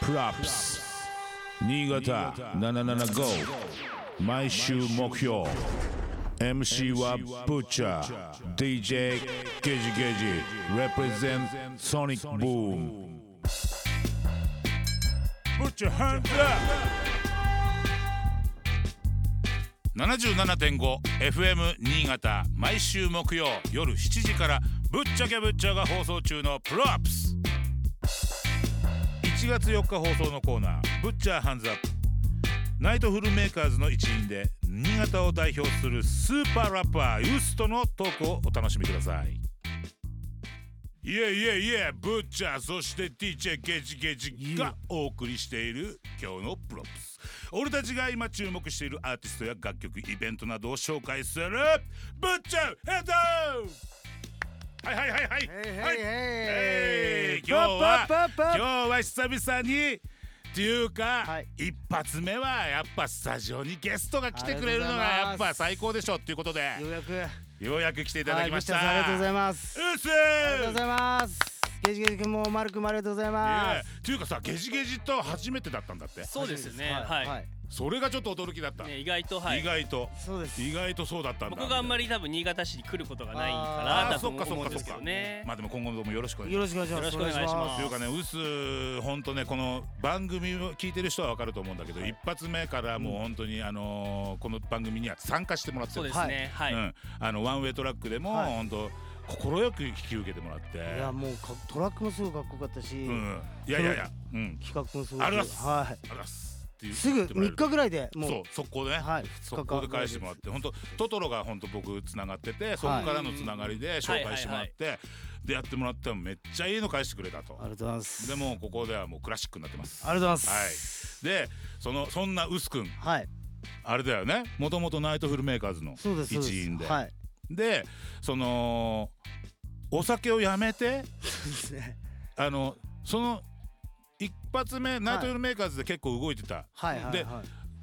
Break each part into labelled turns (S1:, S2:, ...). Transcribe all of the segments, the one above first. S1: プラップス新潟775毎週目標 MC はブッチャー DJ ゲジゲジ represent ソニックブーム Put your hands up!
S2: 77.5FM 新潟毎週木曜夜7時から「ぶっちゃけぶっちゃ」が放送中の「プロアップス」1月4日放送のコーナー「ぶっちゃハンズアップ」ナイトフルメーカーズの一員で新潟を代表するスーパーラッパーユースとのトークをお楽しみくださいいえいえいえブッチャーそして DJ ゲジゲジがお送りしている今日のプロップス俺たちが今注目しているアーティストや楽曲イベントなどを紹介するブッチャーヘッドはいはいはいはいはい
S3: へいへいへい
S2: えい今日は
S3: パッパッパッパッ
S2: 今日は久々にっていうか、
S3: はい
S2: 一発目はやっぱスタジオにゲストが来てくれるのが
S3: あ
S2: や
S3: りがとうございます
S2: っぱ最高でしょっていうことで
S3: ようやく
S2: ようやく来ていただきました、
S3: はいぶっちゃさんありがとうございます
S2: うっす
S3: ありがとうございますゲジゲジ君もマル君もありがとうござい
S2: い
S3: ま
S2: やっていうかさゲジゲジと初めてだったんだって
S4: そうですねはい、
S3: すはい
S2: それがちょっと驚きだった、
S4: ね、意外とはい
S2: 意外と
S3: そうです
S2: 意外とそうだったんだ
S4: 僕があんま
S2: り
S4: り多分新潟市に来ることがない
S2: あ
S4: か
S2: ー
S4: ら多
S2: そっ
S4: 分
S2: かそっ
S4: 思う
S2: か
S4: んで
S2: そっ
S4: すけ
S2: か
S4: どね
S2: まあでも今後ともよろしくお願いし
S3: よ
S2: ま
S3: ろしくお願いします
S4: よろしくお願いします
S2: すというかねうっすーほんとねこの番組を聞いてる人はわかると思うんだけど、一発目からもう本当にあのーこの番組には参加してもらって
S4: そ
S2: る
S4: うですねはい、
S2: うん、あのワンウェイトラックでも、
S3: はい
S2: 本当快く引き受けてもらって
S3: いやもうかトラックもすごいかっこよかったし、
S2: うん、いやいやいや、うん、
S3: 企画もすごい
S2: ありがとうございま
S3: はい
S2: あらすっていう
S3: すぐ
S2: 言ってもらえ
S3: 3
S2: る
S3: 日ぐらいでもう
S2: そう速攻でね、
S3: はい2
S2: 速
S3: 日
S2: 攻
S3: 間
S2: で返してもらって本当トトロが本当僕つながっててそこからのつながりで紹介してもらって、でやってもらってもめっちゃいいの返してくれたと
S3: ありがとうございます
S2: でもうここではもうクラシックになってます
S3: ありがとうござい
S2: は
S3: ま
S2: い
S3: す
S2: でそのそんなウス君
S3: はい、
S2: あれだよねもともとナイトフルメーカーズの
S3: そうですそうです
S2: 一員で
S3: はい
S2: でそのお酒をやめて
S3: そうですね
S2: あのその一発目ナイトフルメーカーズで結構動いてた、
S3: はいはいはい
S2: で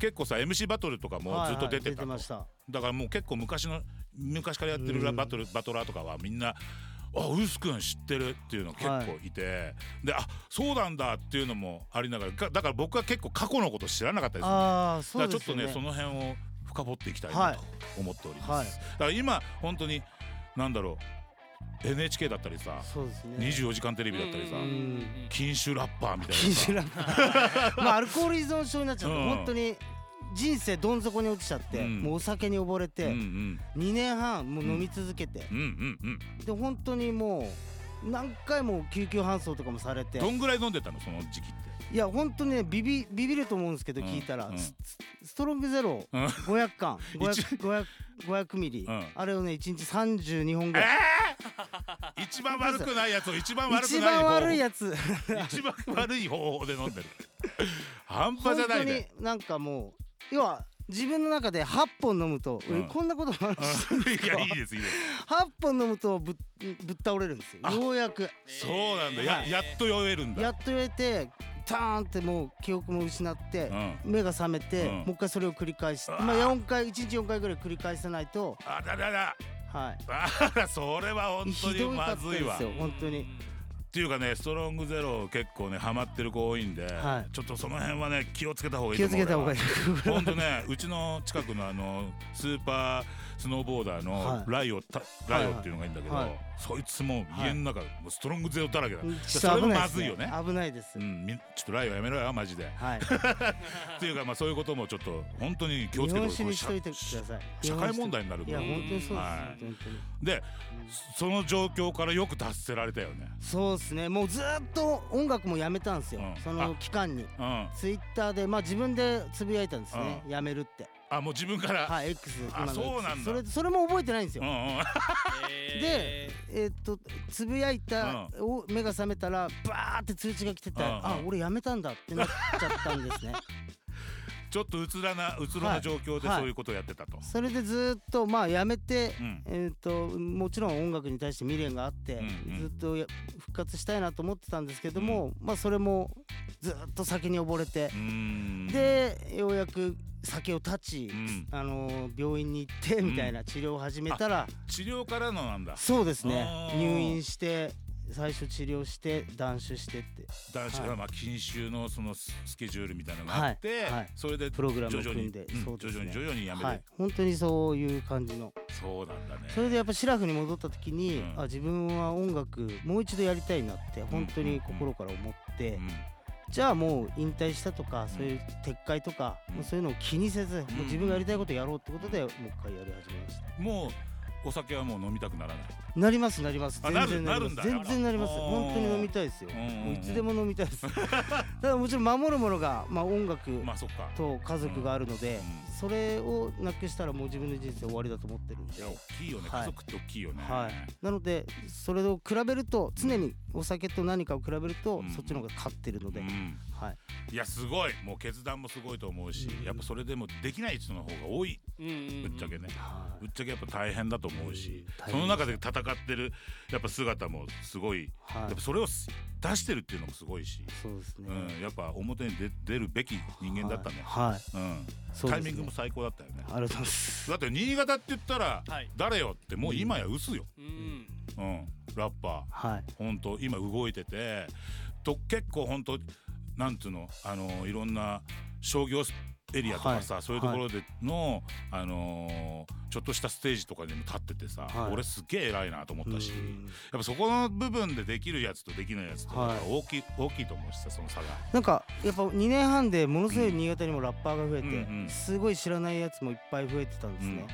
S2: 結構さ MC バトルとかもずっと出てたと、
S3: はいはい出てました
S2: だからもう結構昔の昔からやってる
S3: う
S2: ラ
S3: ん
S2: バトルバトラーとかはみんな「あウス君知ってる」っていうの結構いて、で「あそうなんだ」っていうのもありながらがだから僕は結構過去のこと知らなかったですだか
S3: ああそ
S2: ら
S3: う
S2: ちょ
S3: で
S2: っ
S3: す
S2: と
S3: よね
S2: ねその辺を深掘っていきたい
S3: は
S2: ないと思っております、
S3: は
S2: だから今本当になんだろう NHK だったりさ
S3: そうですね
S2: 24時間テレビだったりさ
S4: うん
S3: うん
S2: 禁酒ラッパーみたいなさ
S3: 禁 酒ラップまあアルコール依存症になっちゃって、
S2: うん
S3: 本当に人生どん底に落ちちゃって、
S2: うん
S3: もうお酒に溺れて、
S2: うんうん
S3: 2年半もう飲み続けて
S2: う、んうんうん
S3: で本当にもう何回も救急搬送とかもされて
S2: どんぐらい飲んでたのその時期って
S3: いや本当にねビビビビると思うんですけど
S2: うん
S3: 聞いたら、
S2: うん
S3: スストロングゼロ
S2: うん
S3: 500缶
S2: 一
S3: 500, 500, 500ミリ、
S2: うん
S3: あれをね1日32本ぐらい、
S2: えー、一番悪くないやつを一番悪く
S3: 一
S2: ない
S3: 番
S2: 方法
S3: 悪いやつ
S2: 一番悪い方法で飲んでる半端
S3: 本
S2: じゃな
S3: 当
S2: い
S3: に
S2: ね
S3: なんかもう要は自分の中で8本飲むと、
S2: うん
S3: 俺こんなこともあるし
S2: うん いやいいですいいです
S3: 8本飲むとぶっぶっ倒れるんです
S2: あ
S3: よようやく
S2: そうなんだや
S4: はい
S2: やっと酔えるんだ
S3: やっと酔えてターンってもう記憶も失って
S2: う、ん
S3: 目が覚めて、
S2: うん
S3: もう一回それを繰り返して
S2: うわ
S3: まあ4回1日4回ぐらい繰り返さないと
S2: あららら
S3: は
S2: あらそれはい本当
S3: ひど
S2: に
S3: いか
S2: ま
S3: った
S2: ず
S3: で
S2: い
S3: す
S2: わっ
S3: よ本当に
S2: ていうかねストロングゼロ結構ねハマってる子多いんで、
S3: はい
S2: ちょっとその辺はね気をつけた方がいい
S3: 気
S2: と
S3: を
S2: 思
S3: つ
S2: う
S3: けた方がい
S2: いほ
S3: い
S2: んとねうちの近くのあのスーパースノーボーダーの
S3: はい
S2: ライオ、たライオっていうのがいいんだけど、
S3: はいはい
S2: そいつも
S3: はい
S2: 家の中、もうストロングゼロだらけだ、
S3: ち
S2: そ
S3: ょっ
S2: れ
S3: と
S2: も
S3: 危ない
S2: ま
S3: です
S2: ずいよね
S3: 危ないです
S2: うん、みちょっとライオやめろよマジで
S3: はい
S2: っていうかまあそういうこともちょっと本当に気を
S3: 日
S2: つけて
S3: 本
S2: ほ
S3: 酒にしといてくだ
S2: し
S3: さい
S2: 社会問題になる
S3: い
S2: か
S3: や
S2: ら
S3: 本当にそうです
S2: は
S3: 本
S2: い
S3: 当に
S2: でその状況からよく脱せられたよね
S3: そうですねもうずーっと音楽もやめたんですよ
S2: うん
S3: そ
S2: あ
S3: の期間に
S2: うん
S3: ツイッターでまあ自分でつぶやいたんですね
S2: う
S3: やめるって
S2: あもう自分から、
S3: はい、X
S2: あ
S3: 今の X
S2: そうなんだ
S3: それそれも覚えてないんです
S2: うん
S3: よ
S2: うんあ
S3: で
S4: え
S3: えーっとつぶやいた、を目が覚めたらバーって通知が来てて、
S2: うんうん
S3: あ俺やめたんだってなっちゃったん ですね
S2: ちょっとうつらなうつろな状況で
S3: はい
S2: そういうことをやってたと、
S3: それでずーっとまあやめて、
S2: うん
S3: えーっともちろん音楽に対して未練があって、
S2: うんうん
S3: ずっとや復活したいなと思ってたんですけども、まあそれもずーっと酒に溺れて
S2: うー、ん
S3: でようやく酒を断ち、
S2: うん
S3: あのー病院に行ってみたいな治療を始めたら、
S2: 治療からのなんだ
S3: そうですね
S2: あー
S3: 入院して最初治療して断酒してって
S2: 男子
S3: はい
S2: がまあ禁酒のそのススケジュールみたいなのがあって、
S3: はいはい
S2: それで
S3: プログラム
S2: 徐々
S3: を組
S2: に、
S3: んで
S2: うん
S3: そうで
S2: 徐
S3: す
S2: 々に
S3: ね
S2: 徐々にやめて、
S3: はい本当にそういう感じの
S2: そうなんだね
S3: それでやっぱシラフに戻った時に、
S2: うん
S3: あ自分は音楽もう一度やりたいなって本当に心から思って、
S2: うん
S3: じゃあもう引退したとかそういう撤回とか、
S2: うん
S3: もうそういうのを気にせず、
S2: ん
S3: もう自分がやりたいことやろうってことでもう一回やり始めました。
S2: もうお酒はもう飲みたくならない
S3: なりますなります
S2: あ
S3: 全
S2: なる
S3: 然なり
S2: なる
S3: ます
S2: んだ
S3: 全然なります
S2: あら
S3: 本当に飲みたいですよ
S2: うんうんうん
S3: もういつでも飲みたいです ただもちろん守るものがまあ音楽
S2: まあそっか
S3: と家族があるので
S2: うん
S3: それをなくしたらもう自分の人生終わりだと思ってるん
S2: い
S3: で
S2: や大きいよね、
S3: はい
S2: 家族って大きいよね、
S3: はいなのでそれを比べると常にお酒と何かを比べると
S2: うん
S3: そっちの方が勝ってるので
S2: うん
S3: はい
S2: いやすごいもう決断もすごいと思うし、
S3: うん
S2: やっぱそれでもできない人の方が多い
S4: うんうん
S2: ぶ
S4: う
S2: っ
S4: ん
S2: ちゃけね
S3: は
S2: ぶっちゃけやっぱ大変だと思うし、
S3: うん
S2: その中で戦ってるやっぱ姿もすごい、
S3: いは
S2: やっ
S3: い
S2: ぱそれを出してるっていうのもすごいし、
S3: そうですね
S2: うん、やっぱ表に出出るべき人間だったね、
S3: はいはい
S2: うん、
S3: そう
S2: タ
S3: です
S2: イ
S3: ね
S2: ミングも最高だったよね
S3: ありがとうございます
S2: だって新潟って言ったら
S4: はい
S2: 誰よってもう今や薄よ、
S4: うん
S2: うん、ラッパー
S3: はい
S2: ほんと今動いててと結構ほんとなんつうのあのいろんな商業エリアとかさ、
S3: はい
S2: そういうところでの、あのーちょっとしたステージとかにも立っててさ、
S3: はい
S2: 俺すげえ偉いなと思ったし、
S3: うん
S2: やっぱそこの部分でできるやつとできないやつと
S3: はい
S2: 大きい、大きいと思うしさその差が。
S3: なんかやっぱ2年半でものすごい新潟にもラッパーが増えて、
S2: うんうん
S3: すごい知らないやつもいっぱい増えてたんですね、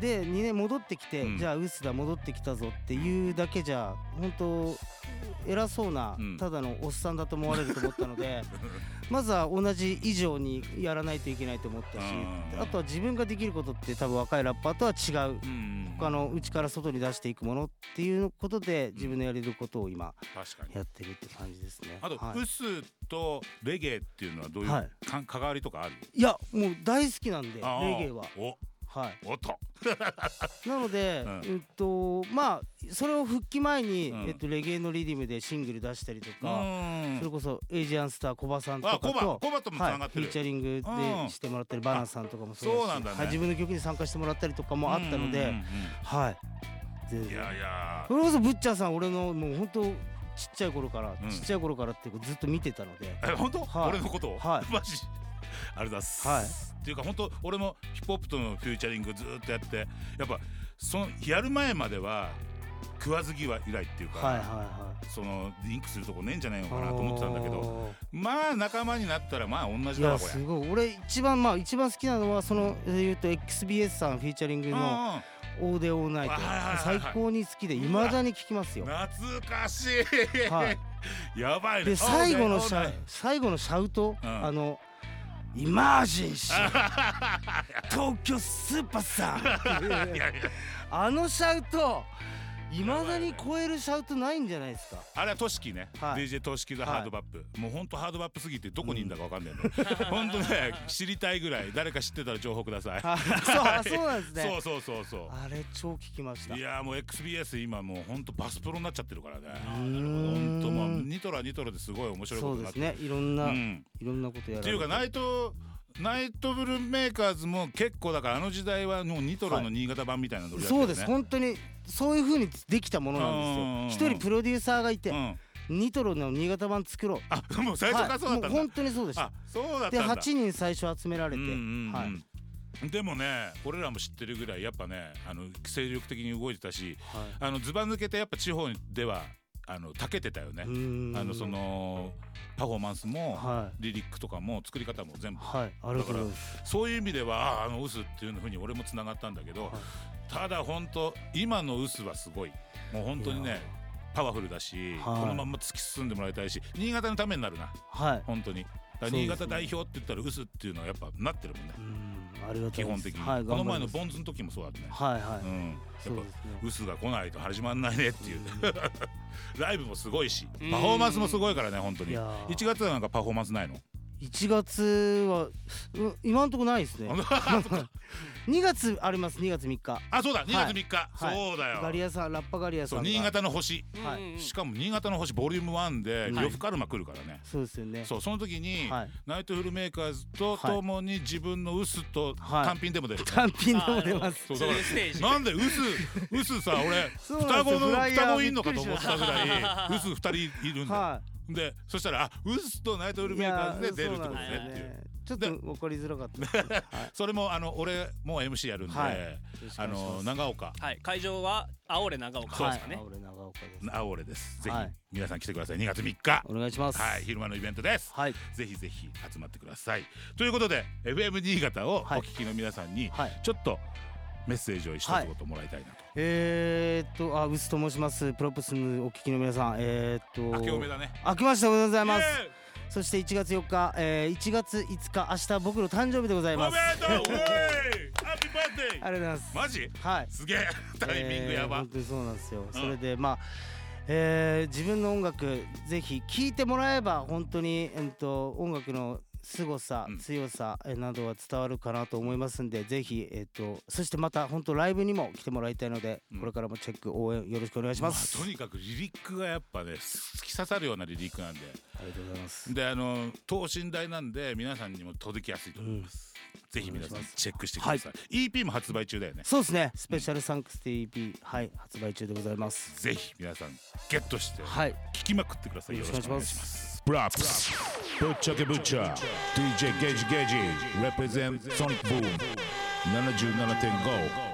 S3: で2年戻ってきて、
S2: うん
S3: じゃあウスだ戻ってきたぞっていうだけじゃ本当偉そうな
S2: うん
S3: ただのおっさんだと思われると思ったので、 まずは同じ以上にやらないといけないと思ったし
S2: うん
S3: あとは自分ができることって多分若いラッパーとは違
S2: う
S3: う
S2: んうんうん
S3: 他のうちから外に出していくものっていうことで自分のやれることを今
S2: 確かに
S3: やってるって感じですね。
S2: あと、
S3: はい
S2: ウスとレゲエっていうのはどういう、
S3: はい
S2: か関わりとかある
S3: いやもう大好きなんでレ
S2: あー
S3: ゲエは
S2: お
S3: は
S2: おっと
S3: いなので、
S2: うん
S3: うんとまあそれを復帰前に、
S2: うん
S3: えっと、レゲエのリディムでシングル出したりと
S2: う
S3: か、
S2: ん
S3: それこそエイジアンスターコバさんと
S2: あ
S3: か
S2: コバ
S3: と
S2: コバともつ
S3: はい
S2: ながっ、
S3: フ
S2: て
S3: ィ
S2: る、
S3: ーチャリング
S2: うん
S3: でしてもらったり、バナナさんとかも
S2: そうなんだね
S3: はい、自分の曲に参加してもらったりとかもあったので、
S2: うんうん
S3: はいで
S2: うんいやいや
S3: それこそブッチャーさん俺のもう本当ちっちゃい頃から、
S2: うん
S3: ちっちゃい頃からっていうかずっと見てたので
S2: え本当、
S3: はい
S2: 俺のことを、
S3: はい
S2: マジあれだっす、
S3: はい
S2: っていうか本当俺もヒップホップとのフューチャリングずーっとやってやっぱそのやる前までは食わず嫌いっていうか、
S3: はいはいはい
S2: そのリンクするとこねえんじゃないのかなと思ってたんだけ
S3: あ
S2: ど
S3: ー
S2: まあ仲間になったらまあ同じ
S3: い
S2: だわ
S3: や
S2: これ
S3: すごい俺一番まあ一番好きなのはそのえー言うと XBS さんフィーチャリング
S2: うん
S3: の
S2: うん
S3: 「オーデオーナイト
S2: はいはいはいは」い
S3: 最高に好きでいまだに聴きますよ。
S2: 懐かしい、
S3: は
S2: やばいね
S3: で最後のシ
S2: あ
S3: ャ
S2: ね
S3: 最後のシャウト、
S2: うん
S3: あの「イマージェン シー東京スーパーさん」
S2: あねいやいや
S3: あのシャウトいまだに超えるシャウトないんじゃないですか。
S2: あれはトシキね、
S3: はい
S2: DJ トシキがハードバップ、もうほんとハードバップすぎてどこにいんだかわかんないんだよ、ほんとね知りたいぐらい誰か知ってたら情報ください、
S3: あそうあそうなんで
S2: そ
S3: すね
S2: う。そうそうそ
S3: あれ超聞きました。
S2: ういやーもう XBS 今もうほんとバスプロになっちゃってるからね
S3: うー
S2: ほ
S3: ん
S2: んともうニトラニトラですごい面白いこと
S3: そう
S2: にな
S3: で
S2: っ
S3: す
S2: て
S3: ね。いろんな、
S2: うん
S3: いろんなことやら
S2: っ
S3: れ
S2: ていうかナイトナイトブルーメーカーズも結構だからあの時代はもうニトロの新潟版みたいなノリだったよね
S3: そうです本当にそういう風にできたもの
S2: うんうんうん
S3: なんですよ一人プロデューサーがいて、
S2: うん
S3: ニトロの新潟版作ろう
S2: あもう最初からそうだったんだ、
S3: はいもう本当にそうでした
S2: あそうだったん
S3: で
S2: だ
S3: 8人最初集められて、
S2: うんうんうん
S3: はい、
S2: でもね俺らも知ってるぐらいやっぱねあの精力的に動いてたし
S3: はい
S2: あのずば抜けてやっぱ地方ではあのたけてたよね
S3: う、ーん
S2: あのそのパフォーマンスも、
S3: はい
S2: リリックとかも作り方も全部
S3: はいありがとうございます
S2: そういう意味ではああのウスっていうふうに俺もつながったんだけど、
S3: はい
S2: ただ本当今のウスはすごいもう本当に
S3: いや
S2: ねパワフルだし、
S3: はい
S2: このまんま突き進んでもらいたいし新潟のためになるな
S3: はい
S2: 本当にだから新潟代表って言ったらウスっていうのはやっぱなってるもんね
S3: うーんありがと
S2: 基
S3: うご
S2: 本
S3: ざいます
S2: 的に、
S3: はい、
S2: この前の
S3: ン
S2: ボンズの時もそうだったね、
S3: はいは
S2: う
S3: い、
S2: ん、
S3: そう
S2: や
S3: で
S2: っ
S3: す
S2: ぱ
S3: ね
S2: ウスが来ないと始まんないねっていうライブもすごいし
S4: うん
S2: パフォーマンスもすごいからね本当
S3: い
S2: に
S3: やー
S2: 1月はなんかパフォーマンスないの
S3: 1 1月はう今んとこないですね 2月あります2月3日
S2: あそうだ2月3日、
S3: はい
S2: そうだよ、
S3: ガリアさんラッパガリア
S2: そ
S3: さん
S2: う
S3: が
S2: 新潟の星、
S3: はい
S4: うんうん
S2: しかも新潟の星ボリューム1で
S3: うん
S2: 呂布カルマ来るからね、
S3: そうですよね
S2: そうその時に、
S3: はい
S2: ナイトフルメーカーズとともに自分の臼と
S3: はい
S2: 単品でも出る、
S3: 単品でも出ます
S2: そうだから
S4: ツーステージ
S2: なんで 臼臼さ俺
S3: そうなんですよ
S2: 双子の
S3: フライヤー
S2: 双子いんのかと思ったぐら
S4: びっくりし
S2: い臼二人いるんだよ、
S3: は
S2: でそしたらあ臼とナイトフ
S3: い
S2: ル
S3: い
S2: メーカ
S3: や
S2: ーズで出るってこと
S3: そう
S2: ね
S3: なん
S2: って
S3: です
S2: いう
S3: よねちょっと分かりづらかっ たですけどはい
S2: それもあの俺も MC やるんで、
S3: はい
S2: あの
S3: な
S2: 長岡
S4: はい会場は青レ長岡
S2: そう
S4: ですかね、
S3: はい、俺長岡です
S2: あ俺ですぜひ、
S3: はい
S2: 皆さん来てください2月3日
S3: お願いします
S2: はい昼間のイベントです
S3: はい
S2: ぜひぜひ集まってくださいということで FM 新潟をお
S3: はい
S2: 聞きの皆さんに
S3: はい
S2: ちょっとメッセージを一つ
S3: はい
S2: 言もらいたいなと、
S3: えー、っとあウスと申しますプロプスムお聞きの皆さんえー、っと
S2: 明けおめだね
S3: 明けましておめでとうございます
S2: イエーイ
S3: そして1月4日、えー、1月5日明日僕の誕生日でございますあ
S2: おめ でとうウェイハッピーバースデ
S3: り
S2: ー
S3: がとうございます
S2: マジ
S3: はい
S2: すげえ タイミングや
S3: えー
S2: ば
S3: 本、当にそうなんですよ、それでまあえー、自分の音楽ぜひ聴いてもらえば本当に、えー、と音楽の凄さ、
S2: うん
S3: 強さえーなどは伝わるかなと思いますんでぜひ、えー、とそしてまた本当ライブにも来てもらいたいので、
S2: うん
S3: これからもチェック応援よろしくお願いし
S2: ま
S3: ま
S2: あ、
S3: す、
S2: とにかくリリックがやっぱね突き刺さるようなリリックなんで
S3: ありがとうございます
S2: であの等身大なんで皆さんにも届きやすいと思います、ぜひ皆さんチェックしてください、EP も発売中だよね
S3: そうですねスペシャルサンクス TP はい発売中でございます
S2: ぜひ皆さんゲットして
S3: はい
S2: 聞きまくってくださいよ
S3: よ
S2: ろ
S3: ろ
S2: し
S3: し
S2: く
S3: く
S2: お願
S3: お願
S2: い
S3: い
S2: し
S3: し
S2: ま
S3: ます
S1: Props. Butcher ke Butcher. DJ Gage Gage. Represent Sonic Boom. 77.5.